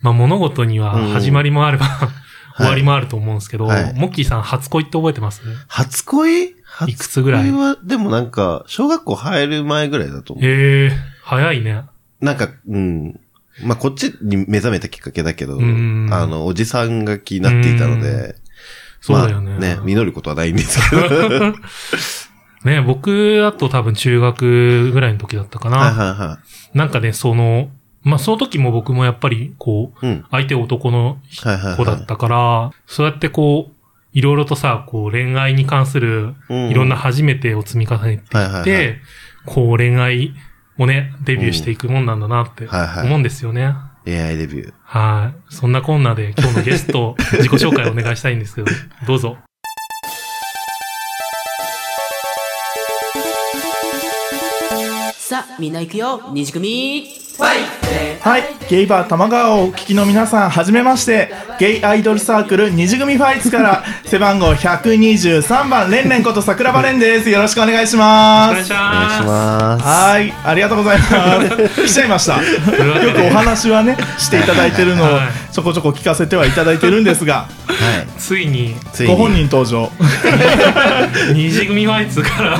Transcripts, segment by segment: まあ物事には始まりもあれば、終わりもあると思うんですけど、はいモッキーさん初恋って覚えてます初恋いくつぐらい初恋は、でもなんか、小学校入る前ぐらいだと思ええ早いね。う。なんか、うん。まあ、こっちに目覚めたきっかけだけど、うんあの、おじさんが気になっていたので、そうだよね。まあね、実ることはないんです けど。はいはいね、僕だと多分中学ぐらいの時だったかな。はなんかね、その、まあ、その時も僕もやっぱり、こう、い。うん。相手男のはいはい、はい。子だったから、そうやってこう、いろいろとさ、こう恋愛に関する、うんいろんな初めてを積み重ねていって、はいはいはいこう恋愛をね、デビューしていくもんなんだなってんはいはい思うんですよね。はい、恋愛デビュー。そんなこんなで今日のゲスト、自己紹介お願いしたいんです けど、どうぞ。さあ、みんな行くよ、二次組はい、ゲイバー玉川をお聞きの皆さん、はじめまして、ゲイアイドルサークル二次組ファイツ から、背番号123番、レンレンこと桜庭レンです。よろしくお願いしおま願いす。しお願いしまます。はい、ありがとうござい ます。来ちゃいました。す。というわけよくおで話はね、していただいてるのをはい、ちょこちょこ聞かせてはいただいてるんですが、はい。ついに、ついにご本人登場。二次組ワイツから、あ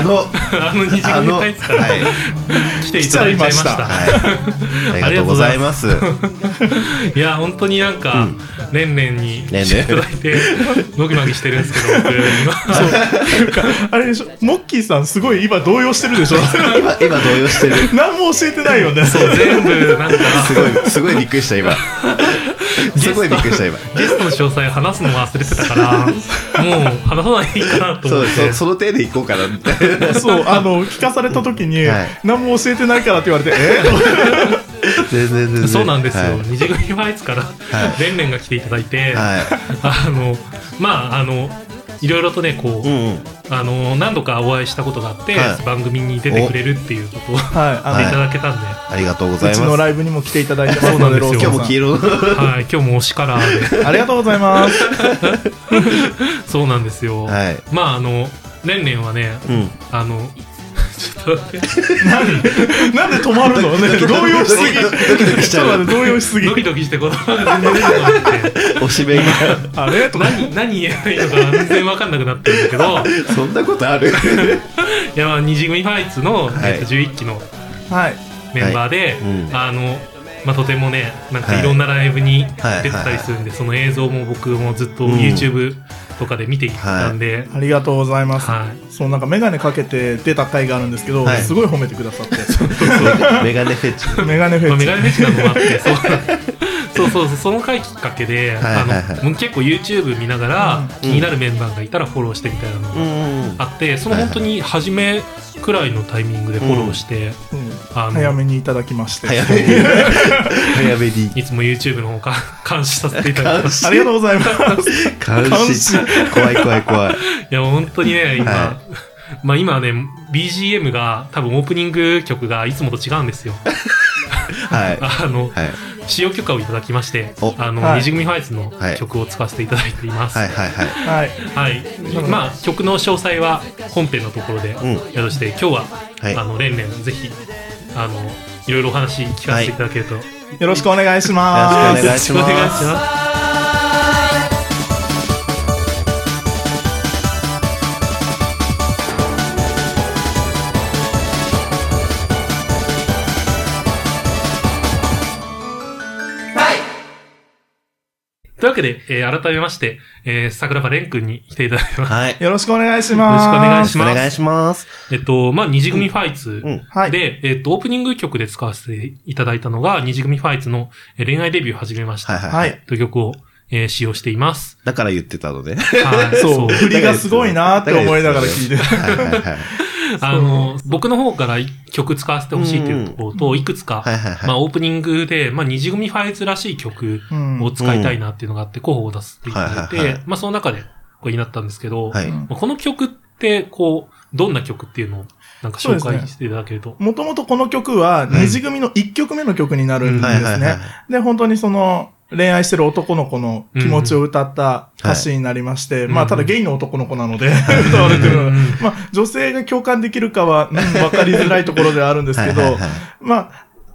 あの、の二次あ組の、ワはイい。ツから来ていただいちゃいました。来ちゃいましたはい。ありがとうございます。いや本当になんか、レンレンにレンレンしていただいてのぎのぎしてるんですけど僕 今 あれでしょ、モッキーさん、すごい今動揺してる でしょ。今、今動揺してる。何も教えてないよね。全部なんかすごい、すごいびっくりした、今。 すごいびっくりした、今。ゲストの詳細話すの忘れてたからもう話さないかなとそ思うっそてう、その手でいこうかな、みたいな。そう、あの、聞かされた時にはい、何も教えてないからって言われて、え全然全然。そうなんですよ、はい。二次組ファイツから、レンレンが来ていただいて、はあのまああのいろいろとねこう、い。うんうん。あの何度かお会いしたことがあって、はい番組に出てくれるっていうことを していはい、あのはいただけたんで、ありがとうござういちまのす。ライブにも来ていただいてますそうなのんでですよロ今日もーソンさ黄 色の。はい、今日も推しカラーで んありがとうございますそうなんですよ。はいまああのレンレンはね、うん。あのちょっと待って、なんで止まるのね動揺しすぎドキドキしちちょゃっとう。待って動揺しすぎドキドキして言葉が全然出てこ なくて、おしめが。あれとか何何言えばいいのか全然わかんなくなってるんだけど、 そんなことあるいやまあ二次組ファイツの、はいえっと11期のはいメンバーで、いうんあの。まあ、とてもねなんはかいいろんなライブにはい出てたりするんで、その映像も僕もずっとうん YouTube とかで見ていたんで、ありがとうございます、はそうなんか眼鏡かけて出た回があるんですけど、はいすごい褒めてくださって メガネフェチ。眼鏡フまあ、ェメチ、ガネフェチなのもあってそうそう そうそうその回きっかけで、はいはいはいあのもう結構 YouTube 見ながら、気になるメンバーがいたらフォローしてみたいなのうがん。あって、その本当に初めくらいのタイミングでフォローして、うんあの早めにいただきまして早めに。早めに。いつも YouTube の方か監視させていただいて監ます視。ありがとうございます 監視。怖い怖い怖い。いやもう本当にね今、はまあ今はね BGM が多分オープニング曲がいつもと違うんです よはい。あの、はい。使用許可をいただきましておあの、はい二次組ファイズのはい曲を使わせていただいています、はいはいはい。ははいい、まあ曲の詳細は本編のところでんやろして、今日は、はいあのレンレンぜひあのいろいろお話聞かせていただけると、よろしくお願いしまよすろしくお願いしますよろしくお願いしまというわけで、えー改めまして、えー桜庭蓮くんに来ていただきます。はい。よよろしくお願いしよろしくお願まいすします。お願いします。えっと、まあ、二次組ファイツうんうんはいで、えっと、オープニング曲で使わせていただいたのが、二次組ファイツのえー恋愛デビュー始めましはいたはい。ははいい。という曲を、えー使用してい ます。だから言ってたので。はい、そう振りがすごいなーって思いながら聞いてはいはいはい。あの、僕の方から曲使わせてほしいというところと、いくつか、はいはいはいまあオープニングで、まあ二次組ファイズらしい曲を使いたいなっていうのがあって、候補を出させていただいはいはいはてい、まあその中でこれになったんですけど、はい。うんまあこの曲って、こう、どんな曲っていうのを、なんか紹そうです介ねしていただけると。もともとこの曲は二次組の1曲目の曲になるんですはいはいはねい。で、本当にその、恋愛してる男の子の気持ちを歌った歌詞になりまして、んまうあ、んただゲイの男の子なので、歌われてるのうん、でまあ、女性が共感できるかは、うん、わかりづらいところではあるんですけどはいはいはい、まあ、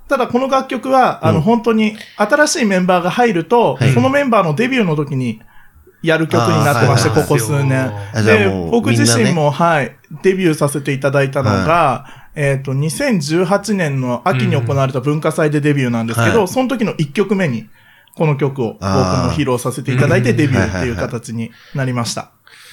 ただこの楽曲は、あの、本当に新しいメンバーが入ると、はいそのメンバーのデビューの時にやる曲になってまして、あーここ数年。あじゃであもう、僕みんな自ね身も、はい、デビューさせていただいたのが、えっ、と、2018年の秋に行われた文化祭でデビューなんですうけんはど、いその時の1曲目に、この曲を僕もあー披露させていただいて、うんデビューっていはういはいはい形になりました。、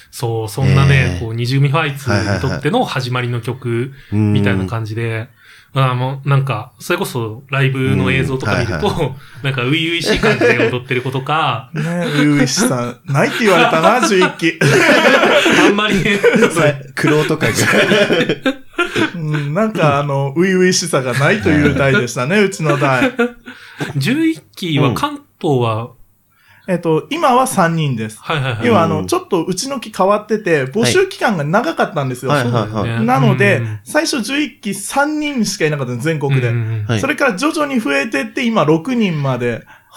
そう、そんなね、えーこう、二重組ファイツにとっての始まりの曲みたいな感じで、あもうなんか、それこそライブの映像とか見ると、うんはなんか、初々しい感じで踊ってる子と かねえ、ういしさん、ないって言われたな、11期。 あんまりね、苦労とかが。うん、なんかあの、初々しさがないという代 でしたね、うちの代。 11期は関東は、えっと、今は3人です。はいはいはい。要はあうの、んちょっとうちの期変わってて、募集期間が長かったんですよ。はいはいはい。なので、うん最初11期3人しかいなかったんです、全国で。うんうんうんはいそれから徐々に増えてって、今6人ま で、い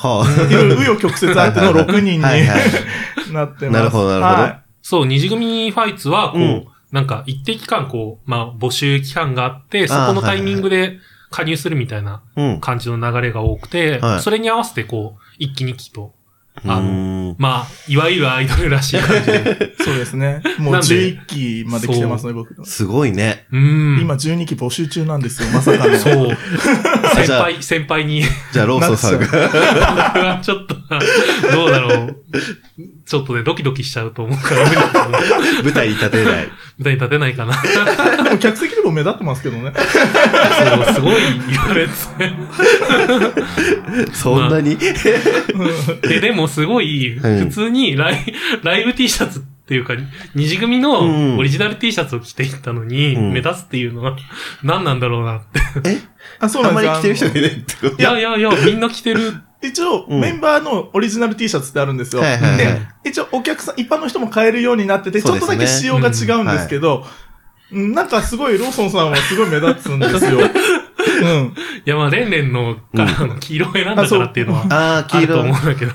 はろいろ紆余曲折あ っての6人にはいはい なってます。なるほどなるほどはいそう、二次組ファイツは、こう、うんなんか一定期間、こう、まあ、募集期間があって、そこのタイミングで加入するみたいなあ。うん。感じの流れが多くて、はいそれに合わせて、こう、一期二期と、あのの、まあ、いわゆるアイドルらしい感じ で。そうですね。もうなんで11期まで来てますね、僕。すごいね。うん。今、12期募集中なんですよ、まさかの。そう。先じゃ輩、先輩に、 じゃあ、ローソンさんな僕が。はちょっと、どうだろう。ちょっとね、ドキドキしちゃうと思うから、 舞台に立てない。舞台に立てないかな。でも客席でも目立ってますけ どね。そう、すごい言われて。そんなにで、でもすごい、はい普通にライ,、ライブ T シャツっていうか、二次組うんのオリジナル T シャツを着ていったのに、うん目立つっていうのは何なんだろうなって。あ、そうあなんんでますりよ来てる人いないってこといやいやいや、みんな着てる。一応、うんメンバーのオリジナル T シャツってあるんですよ。はいはいはで、一応お客さん、一般の人も買えるようになってて、ちそうょっでとすだねけ仕様が違うんですけど、うんなんかすごい、ローソンさんはすごい目立つんです よ。うん。いやまあ、レンレンのカラーの黄色を選んだからっていうのは、ああ、あ黄ると色思う。んだけど。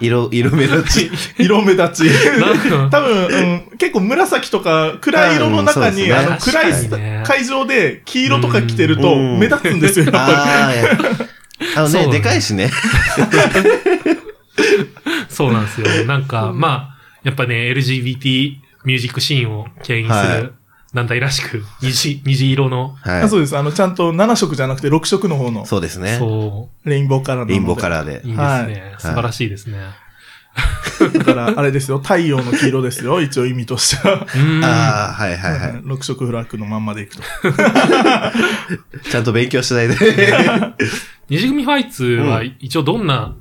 色、色目立 ち。色目立ち。なんか多分、うん、結構紫とか暗い色の中に、うんあそうのですね暗い確かにね会場で黄色とか着てるとうん目立つんですよ、 やっぱああ、いやあのそうね、でかいしね。そうなんです よ。なんか、まあ、やっぱね、LGBT ミュージックシーンを牽引すはる団体らしく、虹、虹色の、はり。あい。そうです。あの、ちゃんと7色じゃなくて6色の方のそうですね。そレインボーカラーなので。レインボーカラーでう、い。いですね。素晴らしいですね。だから、あれですよ、太陽の黄色ですよ、一応意味としては。うん。ああ、はいはいは6色フラッグのまんまでい くと。い。ちゃんと勉強しない で。二次組ファイツはう一応どんな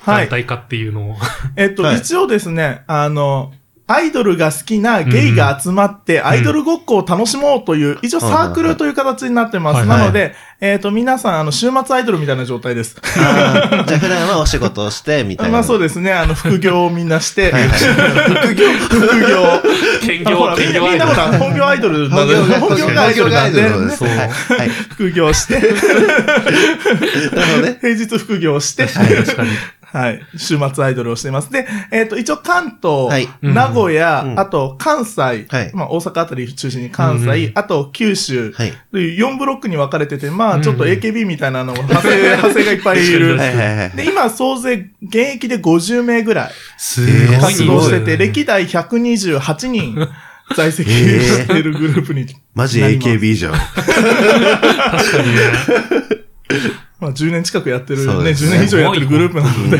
はい団。体かっていうの を、えっと、はい一応ですね、あの、アイドルが好きなゲイが集まって、アイドルごっこを楽しもうという、一応サークルという形になってまはす。いはいなので、えっと、皆さん、あの、週末アイドルみたいな状態です。あーじゃあ、普段はお仕事をして、みたいな。まあそうでですね、あの、副業をみんなして、はい副業、副業。兼あのほ業、ら、み兼んな、業アみんイドルなほ。ら、本業アイドルなんで、本本業業ががアアイイドドルルななんんでで、そうはい。はい副業して、なるほどね。平日副業して、確かに。はい。週末アイドルをしています。で、えっ、と、一応関東、はい名古屋、うんあと関西、はいまあ大阪あたり中心に関西、うんあと九州、はい。という4ブロックに分かれてて、まあちょっとうん AKB みたいなのも派生、 派生がいっぱいいる。はいはいはい。で、今、総勢、現役で50名ぐらいすえーごい活人動し数てて、歴代128人在籍えーしてるグル ープに、マジなります AKB じゃん。確かにね。まあ10年近くやってる、ね、そうです10ね年以上やってるグループなので、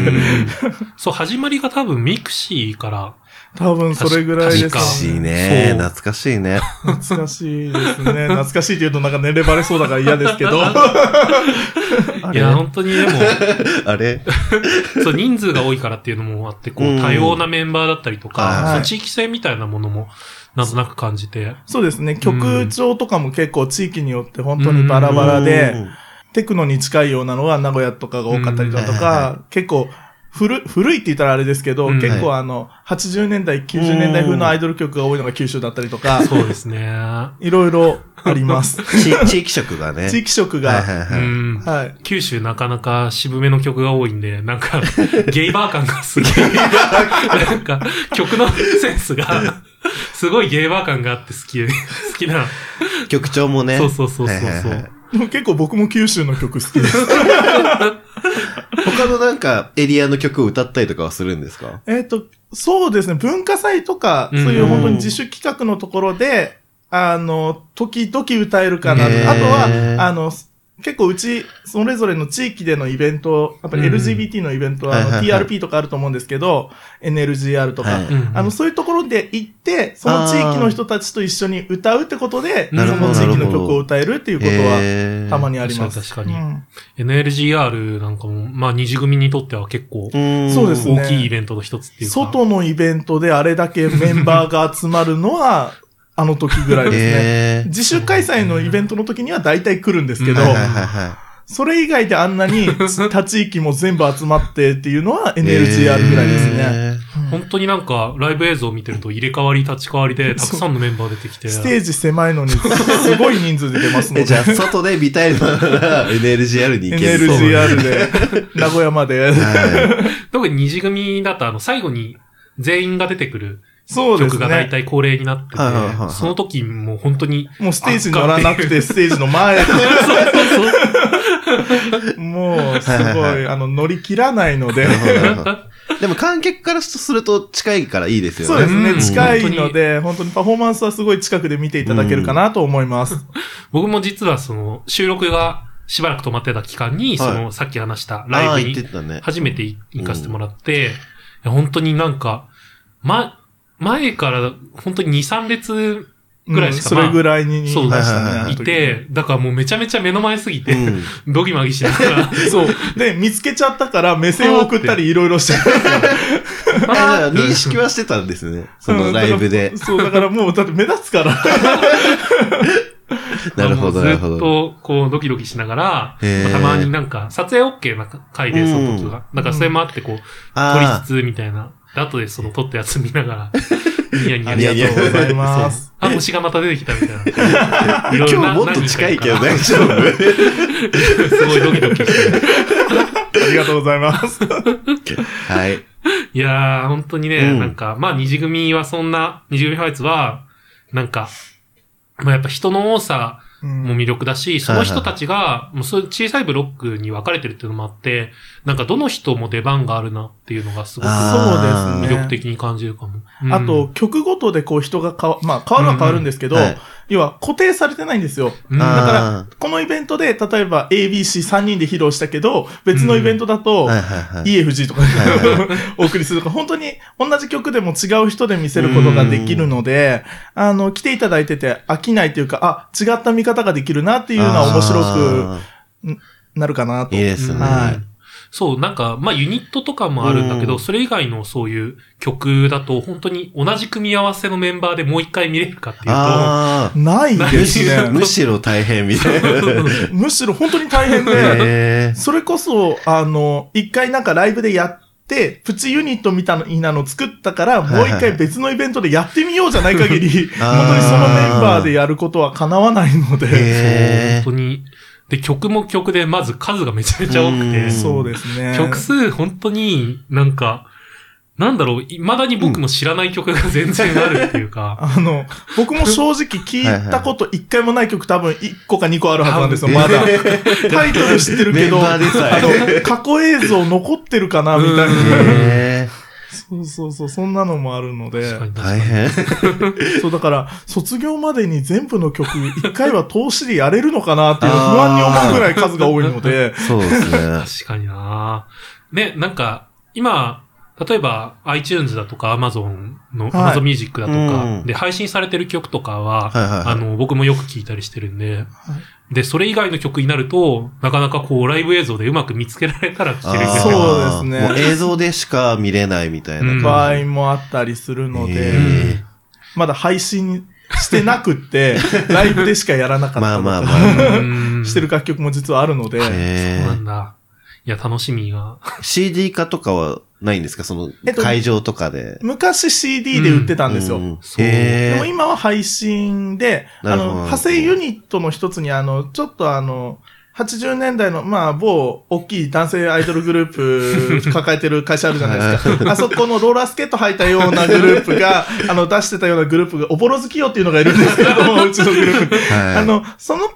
そう、始まりが多分ミクシーから、多分それぐらいで確かすしいね。ね。そう懐かしいね。懐かしいですね。 懐かしいって言うとなんか寝ればれそうだから嫌です けど。あいれや、本当にでも、あれそう、人数が多いからっていうのもあって、こうう、ん多様なメンバーだったりとはいか、はいその地域性みたいなものも、なんとなく感じて。そうですね。曲調とかも結構地域によって本当にバラバラうで、んテクノに近いようなのは名古屋とかが多かったりだとうんはいはいか、結構古、古いって言ったらあれですけど、うん結構あの、80年代、90年代風のアイドル曲が多いのが九州だったりとか、そうですね。いろいろあ ります。地地域色がね。地域色はいが、はいうはい。ん。はい。九州なかなか渋めの曲が多いんで、なん か、ゲイバー感がすげえ。なんか、曲のセンスが、すごいゲイバー感があって好き、好きな。曲調もね。そうそうそうそうはいはいそはうい。でも結構僕も九州の曲好きです。他のなんかエリアの曲を歌ったりとかはするんですかえっと、そうですね、文化祭とか、うそんういう本当に自主企画のところで、あの、時々歌えるかな。あとへーは、あの、結構うち、それぞれの地域でのイベント、やっぱりうん LGBT のイベントは、はあのいはいはい TRP とかあると思うんですけど、NLGR とか、はいうんあの、そういうところで行って、その地域の人たちと一緒に歌うってことで、そなるほのど地域の曲を歌えるっていうことは、えーたまにあります。確かに確かにうん NLGR なんかも、まあ、二次組にとっては結構、うんそうですね大きいイベントの一つっていうか。外のイベントであれだけメンバーが集まるの は、あの時ぐらいですね。えー自主開催のイベントの時には大体来るんですけど、うんはいはいはいはい。それ以外であん なに他地域も全部集まってっていうのは NLGR ぐらいですね。えー本当になんか、ライブ映像を見てると入れ替わり立ち替わりで、たくさんのメンバー出てきて。ステージ狭 いのに、すごい人数で出ますのえ、でじ。ゃあ、外で見たいのなら、NLGR に行ける。NLGR で、名古屋まで。は特に二次組だと、あの、最後に全員が出てくるそうです曲が大ね。体恒例になってて、はいはいはいはいその時もう本当に、もうステージに乗らなくて、ステージ の前 もう、すはいごはいい、あの、乗り切らないので。いなるほどなるほど。でも観客からすると近いからいいですよそうね。ですね、うん近いので、本当にパフォーマンスはすごい近くで見ていただけるかなと思います。僕も実はその、収録がしばらく止まってた期間に、そはの、さっき話したあラあイ言ブってにたね。初めて行かせてもらって、いや本当になんか、ま、前から本当に2、3列ぐらいしかうんそれぐらいに、そういましはたねいはいはいいて、だからもうめちゃめちゃ目の前すぎうて、ん。ドギマギしながら、 そう。で、見つけちゃったから、目線を送ったりいろいろして。あじゃあ認 識はしてたんですね。 そのライブでうん。 そう、だからもう、だって目立つ から。なるほど、なるほずっど。と、こう、ドキドキしながら、へーまあたまになんか、撮影 OK な回で、その時は。だから、それもあって、こう、撮りあつつ、みたいな。で後で、その、撮ったやつ見な がら、ニヤニあヤりしがてとうございます。あ、星がまた出てきたみたいな。 あ、今日もっと近いけど大丈夫すごいドキドキ して。ありがとうございます。はい。いやー、本当にね、うんなんか、まあ、二次組はそんな、二次組ファイツは、なんか、まあ、やっぱ人の多さも魅力だし、その人たちが、もうそういう小さいブロックに分かれてるっていうのもあって、なんかどの人も出番があるなっていうのがすごくあー魅そうですね力的に感じるかも。うんあと、、曲ごとでこう人が変わ、まあ変わるは変わるんですけどうんうんはい、要は固定されてないんですよ。うんだあから、このイベントで、例えば ABC3 人で披露したけど、別のイベントだとはい、はいはい。 EFG とかは お送りするとか、本当に同じ曲でも違う人で見せることができるので、あの、来ていただいてて飽きないというか、あ、違った見方ができるなっていうのは面白あくなるかなーといい。ですね。はうんそう、なんか、まあ、ユニットとかもあるんだけど、うんそれ以外のそういう曲だと、本当に同じ組み合わせのメンバーでもう一回見れるかっていうと、あないあ。でむすし ろ、ね。むしろ大変みたいな。むしろ本当に大 変で、へーそれこそ、あの、一回なんかライブでやって、プチユニットみたいなのを作ったから、はいもうはい一回別のイベントでやってみようじゃない限り、本当にそのメ あーンバーでやることは叶わないので、へー本当に、で、曲も曲で、まず数がめちゃめちゃ多くてうん、そうですね。曲数本当になんか、なんだろう、未だに僕の知らない曲が全然あるっていうか、あの、僕も正直聞いたこと一回もない曲多分1個か2個あるはずなんですよ、まだ。タイトル知ってるけど、メンあバーでさえの、過去映像残ってるかな、みたいうんな。へそうそうそう、そんなのもあるので確か。にー確か大に。変。そう、だから、卒業までに全部の曲一回は通しでやれるのかなっていう不安に思うぐらい数が多いので、そうですね。確かになね、なんか、今、例えば iTunes だとか Amazon の、はい Amazon Music だとうかんで配信されてる曲とかは、はいはいはいあの、僕もよく聞いたりしてるんで、で、それ以外の曲になると、なかなかこう、ライブ映像でうまく見つけられたら聞けるあけーど、そうですねもう映像でしか見れないみたいな感じ。場合もあったりするのえうで、んまだ配信してな くって、ライブでしかやらなかったまありまあとまかあ。うん してる楽曲も実はあるので、そうえなんだ。いや、楽しみが。ー、CD 化とかはないんですかそのえっと会場とかで。昔 CD で売ってたんですよ。うんそうでへもー今は配信で、あなるほどの、派生ユニットの一つに、あの、ちょっとあの、80年代の、まあ、某、大きい男性アイドルグループ 抱えてる会社あるじゃないですか。あそこのローラースケート履いたようなグループが、 あの、出してたようなグループが、おぼろ好きよっていうのがいるんですけれども、うちのグループに。はいあの、その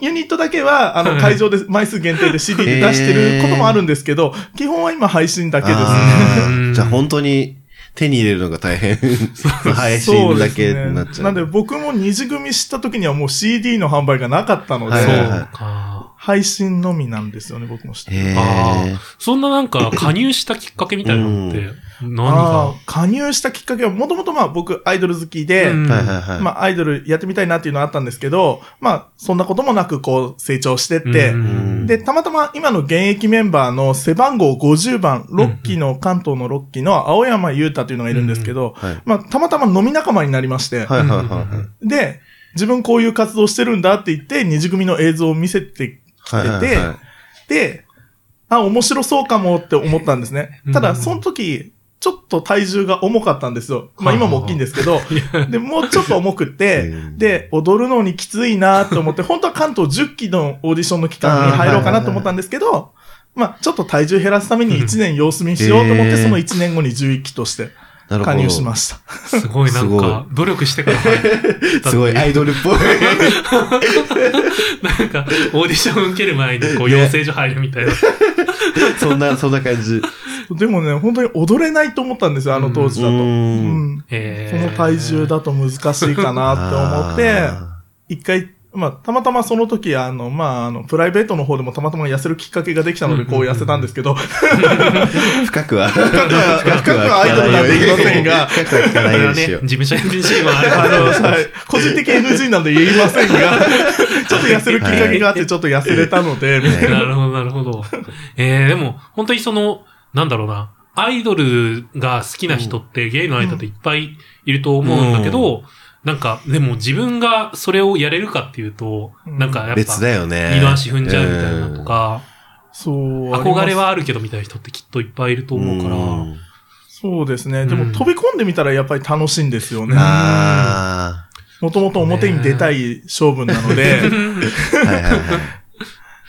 ユニットだけは、あの、会場で枚数限定で CD で出してることもあるんですけど、基本は今配信だけですね。あーうんじゃあ本当に手に入れるのが大変。配そ信うでだすけねになっちゃう。なんで僕も二次組した時にはもう CD の販売がなかったので、はいはいはいそうか。配信のみなんですよね、僕もして。へあーあ。そんななんか加入したきっかけみたいなのって、何あがあ加入したきっかけは、もともとまあ僕アイドル好きで、うんはいはいはい。まあアイドルやってみたいなっていうのはあったんですけど、まあそんなこともなくこう成長してって、うんで、たまたま今の現役メンバーの背番号50番、ロッキーの、関東のロッキーの青山優太というのがいるんですけど、はい。まあたまたま飲み仲間になりまして、はいはいはいはい。で、自分こういう活動してるんだって言って、二次組の映像を見せてはいはいではいで、あ、面白そうかもって思ったんですねうん。ただ、その時、ちょっと体重が重かったんですよ。はまああ今も大きいんですけど、で、もうちょっと重くてうん、で、踊るのにきついなと思って、本当は関東10期のオーディションの期間に入ろうかなと思ったんですけど、まあちょっと体重減らすために1年様子見しようと思っうんへて、ーその1年後に11期としてなるほど加入しました。すごいなんか、努力してください。すごいアイドルっ ぽい。なんか、オーディション受ける前に、こう、ね養成所入るみたいな。そんな、そんな感じ。でもね、本当に踊れないと思ったんですよ、あの当時だと。ううんんえこの体重だと難しいかなって思って、あ一回、まあ、たまたまその時、あの、まあ、あの、プライベートの方でもたまたま痩せるきっかけができたので、こう痩せたんですけど、ー深くは、深くはアイドルなんて言いませんが深くは聞かこないれようはにね、しよ事務う。所 NG もある かあの、ら。はい、個人的 NG なんで言いませんが、ちょっと痩せるきっかけがあって、ちょっと痩せれたので、み たいななるほど、なるほど。えー、でも、本当にその、なんだろうな、アイドルが好きな人って、ゲイのアイドルっていっぱいいると思うんだけど、なんか、でも自分がそれをやれるかっていうと、うんなんかやっぱ、別だよね。二の足踏んじゃうみたいなとか、そう。憧れはあります。あるけどみたいな人ってきっといっぱいいるとうん、思うから、そうですね。でも、うん飛び込んでみたらやっぱり楽しいんですよね。あもともと表に出たい性分なので、あ。はいはいはい。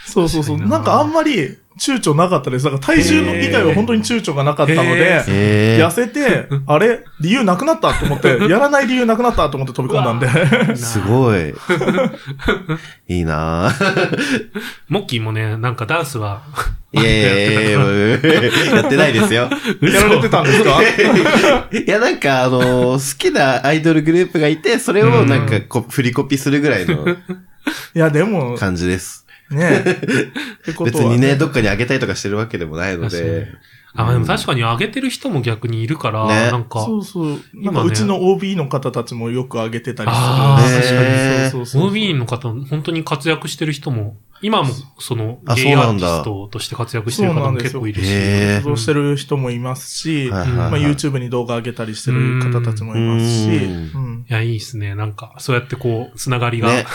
そうそうそ確う。かにななんかあんまり躊躇なかったです。だから体重の以外は本当に躊躇がなかったのへで、え痩せて、あれ理由なくなったと思って、やらない理由なくなったと思って飛び込んだん で。ー、すごい。いいなぁ。モッキーもね、なんかダンスは、いやいやいややってないですよ。 やられてたんですかいや、なんか、あのー好きなアイドルグループがいて、それをなんかこ、振りコピするぐらいのいや、でも、感じです。ね。ってこと別はにね、どっかにあげたいとかしてるわけでもないので。 あ、まあでも確かに上げてる人も逆にいるから、ねなんか、そうそう。なん今かねうちの OB の方たちもよく上げてたりすあるーんでねそうそうそうそう OB の方、本当に活躍してる人も、今もその、あゲイアそうなーんテだィストとして活躍してる方も結構いるし。へ活動してる人もいますし、はいはいまはあい YouTube に動画上げたりしてる方たちもいますし、ううんいや、いいですね。なんか、そうやってこう、つながりが、ね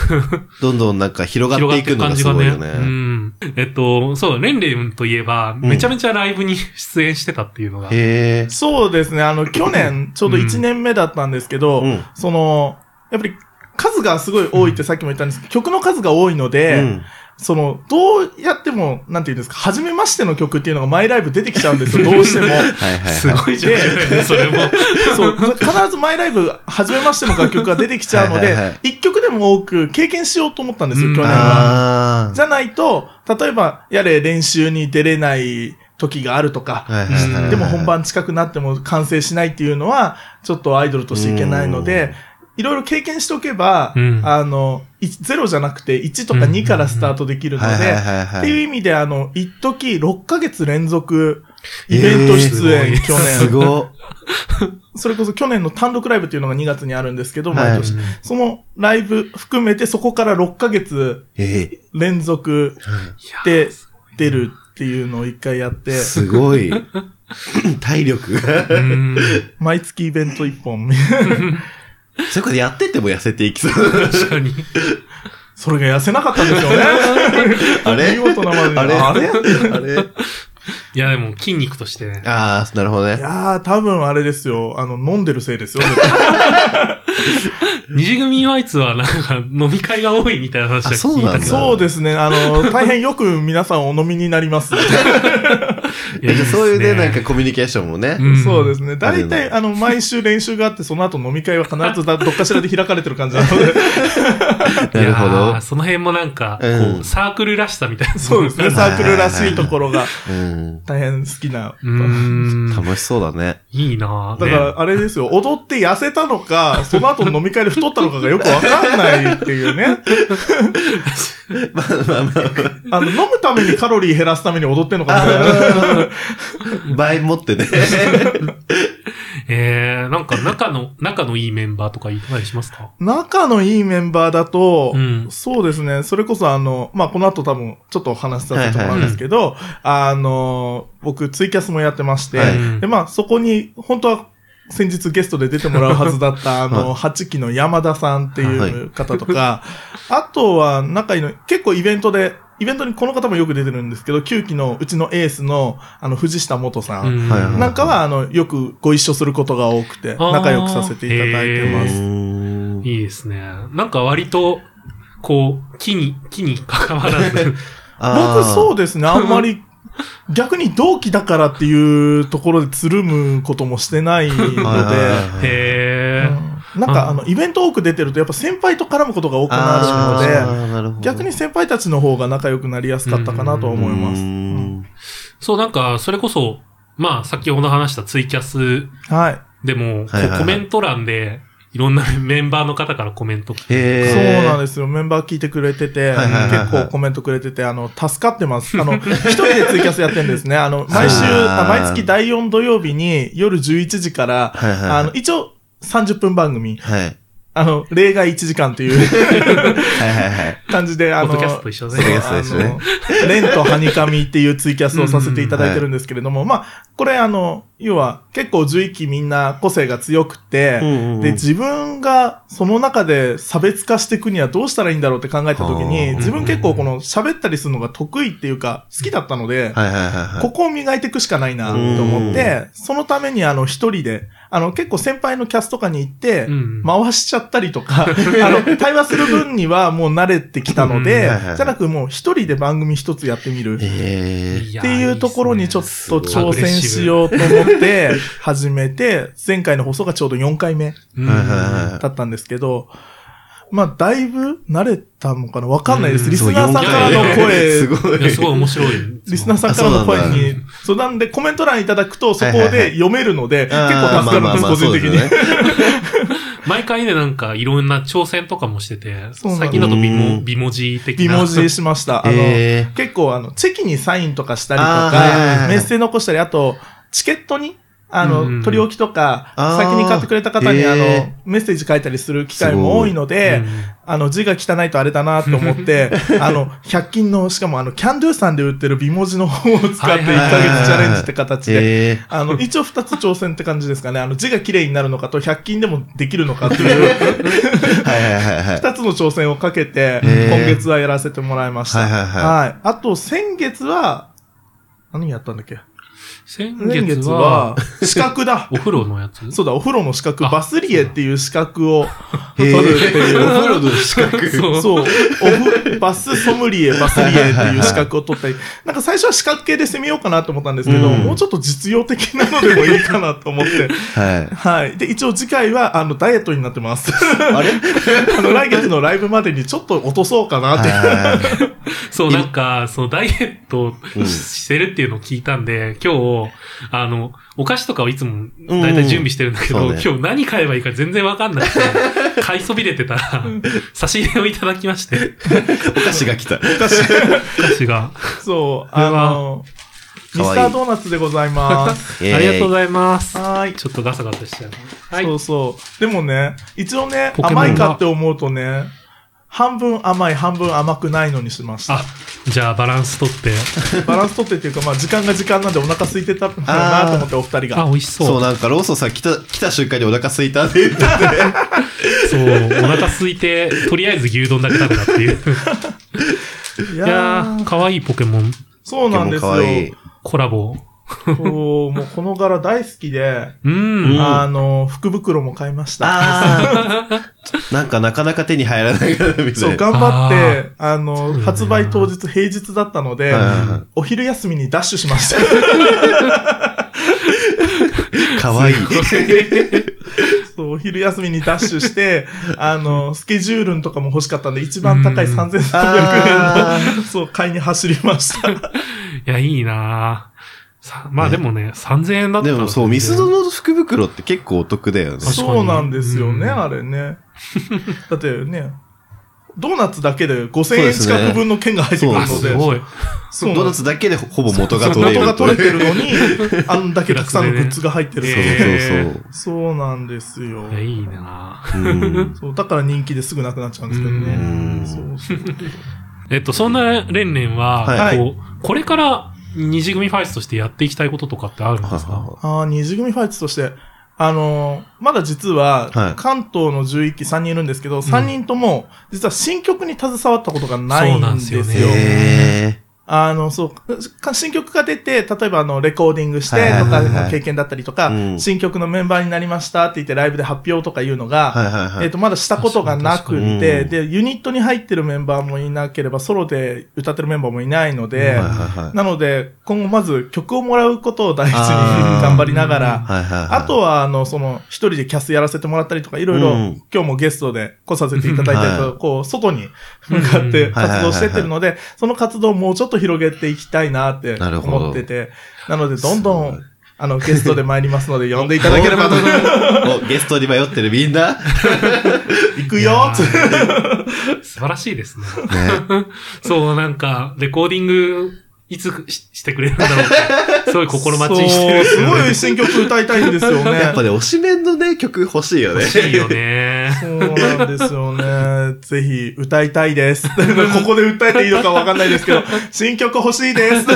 どんどんなんか広がっ広がていってくるの感がじすがごいね。ようね。ん。えっと、そう、レンレンといえば、めちゃめちゃライブに出演してたっていうのが。へえ。そうですね。あの、去年、ちょうど1年目だったんですけど、うんその、やっぱり数がすごい多いってさっきも言ったんですけど、曲の数が多いので、うんその、どうやっても、なんていうんですか、初めましての曲っていうのがマイライブ出てきちゃう んですよ、どうしても。はいはいすはい。ごいじゃないね、それも。そう、必ずマイライブ、初めましての楽曲が出てきちゃうのはいではいはい、一曲でも多く経験しようと思ったんですうよ、ん去年は。あじゃないと、例えば、やれ練習に出れない時があるとか、あ。はいはいはいはいでも本。番近くなっても完成しないっていうのは、ちょっとアイドルとしていけないので、いろいろ経験しておけば、うんあの、い0じゃなくて1とか2からスタートできるのはいはいで、はいっはていいう。意味で、あの、一時6ヶ月連続イベント出え演、ー去す年。ごっ。それこそ去年の単独ライブっていうのが2月にあるんですけど、はい毎年。そのライブ含めてそこから6ヶ月え連続で出るっていうのを一回やっえ。て、すごい。 体力が。うん。毎月イベント1本。 そういうことやってても痩せていきそう。確かに。それが痩せなかったんですよね。 あれ見事なまでにあれあれあれいや、でも、筋肉としてね。ああ、なるほどいね。やー、多分あれですよ。あの、飲んでるせい ですよ。絶対二次組ワイツは、なんか、飲み会が多いみたいな話は聞いたけど。あそうなんだそうですね。あの、大変よく皆さんお飲みになります。いやいいですねそういうね、なんかコミュニケーションもね。んそうですね。大あれ体、あの、毎週練習があって、その後飲み会は必ずだどっかしらで開かれてる感じなので。なるほいやどー。その辺もなんか、こうんう、サークルらしさみたいな。そうですね。サークルらしいところがうん。大変好きな。うーん。楽しそうだね。いいなーだから、あれですよ、踊って痩せたのか、その後飲み会で太ったのかがよくわかんないっていうね。 まあまあま あの、飲むためにカロリー減らすために踊ってんのかみたいな。あ、倍持ってね。えー、なんか仲の、仲のいいメンバーとかいたりしますか仲のいいメンバーだと、うんそうですね、それこそあの、まあ、この後多分、ちょっとお話しさせてもらうんですけど、あの、僕、ツイキャスもやってまして、はいで、まあ、そこに、本当は、先日ゲストで出てもらうはずだった、あの、8期の山田さんっていう方とか、あとは、仲いいの、結構イベントで、イベントにこの方もよく出てるんですけど、9期のうちのエースの、あの、藤下元さん。うんはいはいなんかは、あの、よくご一緒することが多くて、あー仲良くさせていただいてうます。んいいですね。なんか割と、こう、木に、木に関わら ず。僕そうう。ですね、あんまり、逆に同期だからっていうところでつるむこともしてないので、はいはいはいはいへー。うんなんかあの、イベント多く出てるとやっぱ先輩と絡むことが多くなるので、あーなるほど逆に先輩たちの方が仲良くなりやすかったかなとは思います。うんそう、なんか、それこそ、まあ、先ほど話したツイキャスはい。でも、こはいはいはいうコメント欄で、いろんなメンバーの方からコメント来て。へそうーなんですよ。メンバー聞いてくれてて、はいはいはいはい結構コメントくれてて、あの、助かってます。あの、一人でツイキャスやってるんですね。あの、毎週、あーあ毎月第4土曜日に夜11時かはら、いはいはいあの、一応30分番組、はい。はいあの、例外1時間という はいはい。感じで、あポッドのキャストと、一緒でポッドキャね。ストですねあのレンとハニカミっていうツイキャストをさせていただいてるんですけれども、まあ、これあの、要は結構11期みんな個性が強くて、うんうんうんで、自分がその中で差別化していくにはどうしたらいいんだろうって考えたは時あに、自分結構この喋ったりするのが得意っていうか好きだったので、はいはいはいはい。ここを磨いていくしかないなと思って、そのためにあの一人で、あの結構先輩のキャスとかに行ってうん、回しちゃったりと か、あの、対話する分にはもう慣れてきたのうんではいはい、じゃなくもう一人で番組一つやってみる。えーっていうところにちょっと。と挑戦しようと思って始めて、前回の放送がちょうど4回目うんはいはいはいだったんですけど、まあ、だいぶ慣れたのかなわかんないでうす。んリスそうナーさんからのいや声すごい。いや、すごい面白い。リスナーさんからの声に、そうなんでコメント欄いただくとそこはいはいはでい読めるので、結あー構助かるんです、個人的に。まあまあまあそうですよね毎回ね、なんかいろんな挑戦とかもしてて、そうなんだ最近だと美う文ん美文字的美な。文字しました。あの、へー結構あの、チェキにサインとかしたりとあーはいはいはかい、メッセージ残したり、あと、チケットに、あうんうんの、取り置きとか、あー先に買ってくれた方に、あへのー、メッセージ書いたりする機会も多いのですごいうん、あの、字が汚いとあれだなと思って、あの、100均の、しかもあの、キャンドゥさんで売ってる美文字の本を使って1ヶはい月はいはいはいチャレンジって形で、へーあの、一応二つ挑戦って感じですかね。あの、字が綺麗になるのかと、100均でもできるのかって いう、はいはいは いはい。二つの挑戦をかけて、へー今月はやらせてもらいました。はいはいはあと、先月は、何やったんだっけ先先月月はは、、資格だ お。風呂のやつそうだ、お風呂の資格、あバスリエっていう資格 をへ取ーるっていう。お風呂の資格。そうそう。おふバスソムリエ、バスリエっていう資格を取ったり、なんか最初は資格系で攻めようかなと思ったんですけど、うんもうちょっと実用的なのでもいいかなと思 って、 はい。はい。で、一応次回は、あの、ダイエットになってます。 あれあの、来月のライブまでにちょっと落とそうかなって。そう、なんか、そのダイエットうんしてるっていうのを聞いたんで、今日、あの、お菓子とかをいつも大体準備してるんだけど、うんそうね今日何買えばいいか全然わかんなく て、買いそびれてたら、差し入れをいただきまして、お菓子が来た。お菓子が。そう、れあはの、かミわいいスタードーナツでございます。 ありがとうございます。はーい。ちょっとガサガサしちゃう。はいそ。うそう。でもね、一応ね、ポケモンが甘いかって思うとね、半分甘い、半分甘くないのにしました。あ、じゃあバランス取って。バランス取ってっていうか、まあ、時間が時間なんでお腹空いてたのかなと思って、お二人あ、が。美味しそう。そう、なんか、ローソンさん来た、来た瞬間にお腹空いたって言って。そう、お腹空いて、とりあえず牛丼だけ食べたっていう。いいやー、可愛いポケモンそうなんですよ。可愛いコラボ。こう、もうこの柄大好きで、うん。あの、福袋も買いました。ああ。 なんかなかなか手に入らないから、みたそう、いな。頑張って、あそうの、だね発売当日平日だったのでうん、お昼休みにダッシュしました。かわいい。そう、お昼休みにダッシュして、あの、スケジュールンとかも欲しかったんで、一番高いうん3300円の、そう、買いに走りました。いや、いいなぁさまあでもね、3000円だったでらもそう、ミスドの福袋って結構お得だよね。確かにそうなんですよね、うんあれね。だってね、ドーナツだけで5000そう円ですね近く分の券が入ってくるあのすで、ごい。そうドーなんナですツだけでほほぼ元が元取れる。が取れてるのに。に、あんだけたくさんのグッズが入ってるプかラスでらねそうそうそうなんですよ。いや、いいなぁそう。うんそう、だから人気ですぐなくなっちゃうんですけどねう。んそうそうえっと、そんなレンレンは、はいこう、これから二次組ファイスとしてやっていきたいこととかってあるんですかああ、二次組ファイツとして、あのーまだ実ははい、関東の11期3人いるんですけど、3人とも、実は新曲に携わったことがないそうなんんですすよよ。ねへあの、そう、か新曲が出て、例えばあの、レコーディングしてとはいはいはかいはいの経験だったりとか、うん新曲のメンバーになりましたって言ってライブで発表とかいうのが、はいはいはいえっ、と、まだしたことがなく確かにて、うんで、ユニットに入ってるメンバーもいなければ、ソロで歌ってるメンバーもいないので、はいはいはいなので、今後まず曲をもらうことを大事にあー頑張りながら、はいはいはい。あとは、あの、その、一人でキャスやらせてもらったりとか、いろいろ、うん今日もゲストで来させていただいたりとか、はこう、外に向かって活動してってるので、その活動をもうちょっと広げていきたいなってなるほど思ってて、なので、どんどすごん、あの、ゲストで参りま すので、呼んでいただければと。 おゲストに迷ってるみんな。ね。行くよつって素晴らしいですね。そう、なんか、レコーディング、いつししてくれるんだろうって、すごい心待ちにしてる。そうすごい新曲歌いたいんですよね。 やっぱね、推しメンのね、曲欲しいよね。欲しいよね。そうなんですよね。ぜひ、歌いたいです。こ こで歌えていいのかわかんないですけど、新曲欲しい です。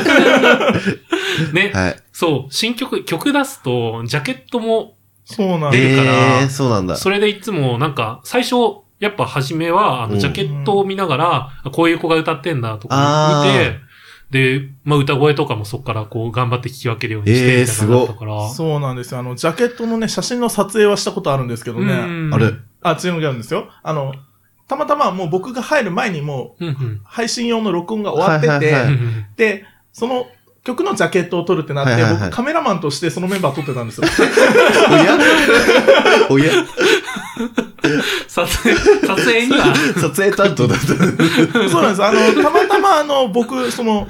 ね、はい。そう、新曲、曲出すと、ジャケットも、そうなんです。るからえー、そうなんだ。それでいつも、なんか、最初、やっぱ初めは、あうの、んジャケットを見ながら、あこういう子が歌ってんだとかあ見ーて、で、まあ、歌声とかもそこからこう、頑張って聞き分けるようにして、みたいえーな感じだったから。そうなんですよ。あの、ジャケットのね、写真の撮影はしたことあるんですけどうね。んあれ、あ、違うんですよ。あの、たまたまもう僕が入る前にもうう、んう ん。配信用の録音が終わってはいはいうんはういて、んで、その、曲のジャケットを撮るってなって、はいはいはい僕カメラマンとしてそのメンバー撮ってたんですよ。 おやおや撮影、撮影には、撮影担当だった。そうなんです。あの、たまたまあの、僕、その、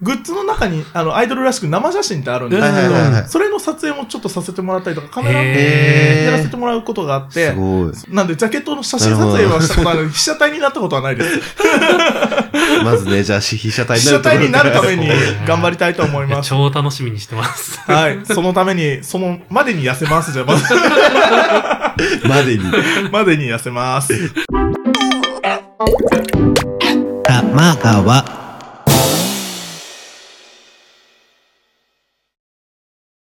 グッズの中に、あの、アイドルらしく生写真ってあるんですけど、はいはいはいはいそれの撮影もちょっとさせてもらったりとか、カメラマンへでーやらせてもらうことがあって、すごい。なんで、ジャケットの写真撮影はしたことある。被写体になったことはないです。まずね、じゃあ、被写体被になる写とこ体ろになかるらために 頑張りたいと思いいやます。超楽しみにしてます。 はい。そのために、その、までに痩せます。じゃあ、まずまでに。までに痩せます。玉川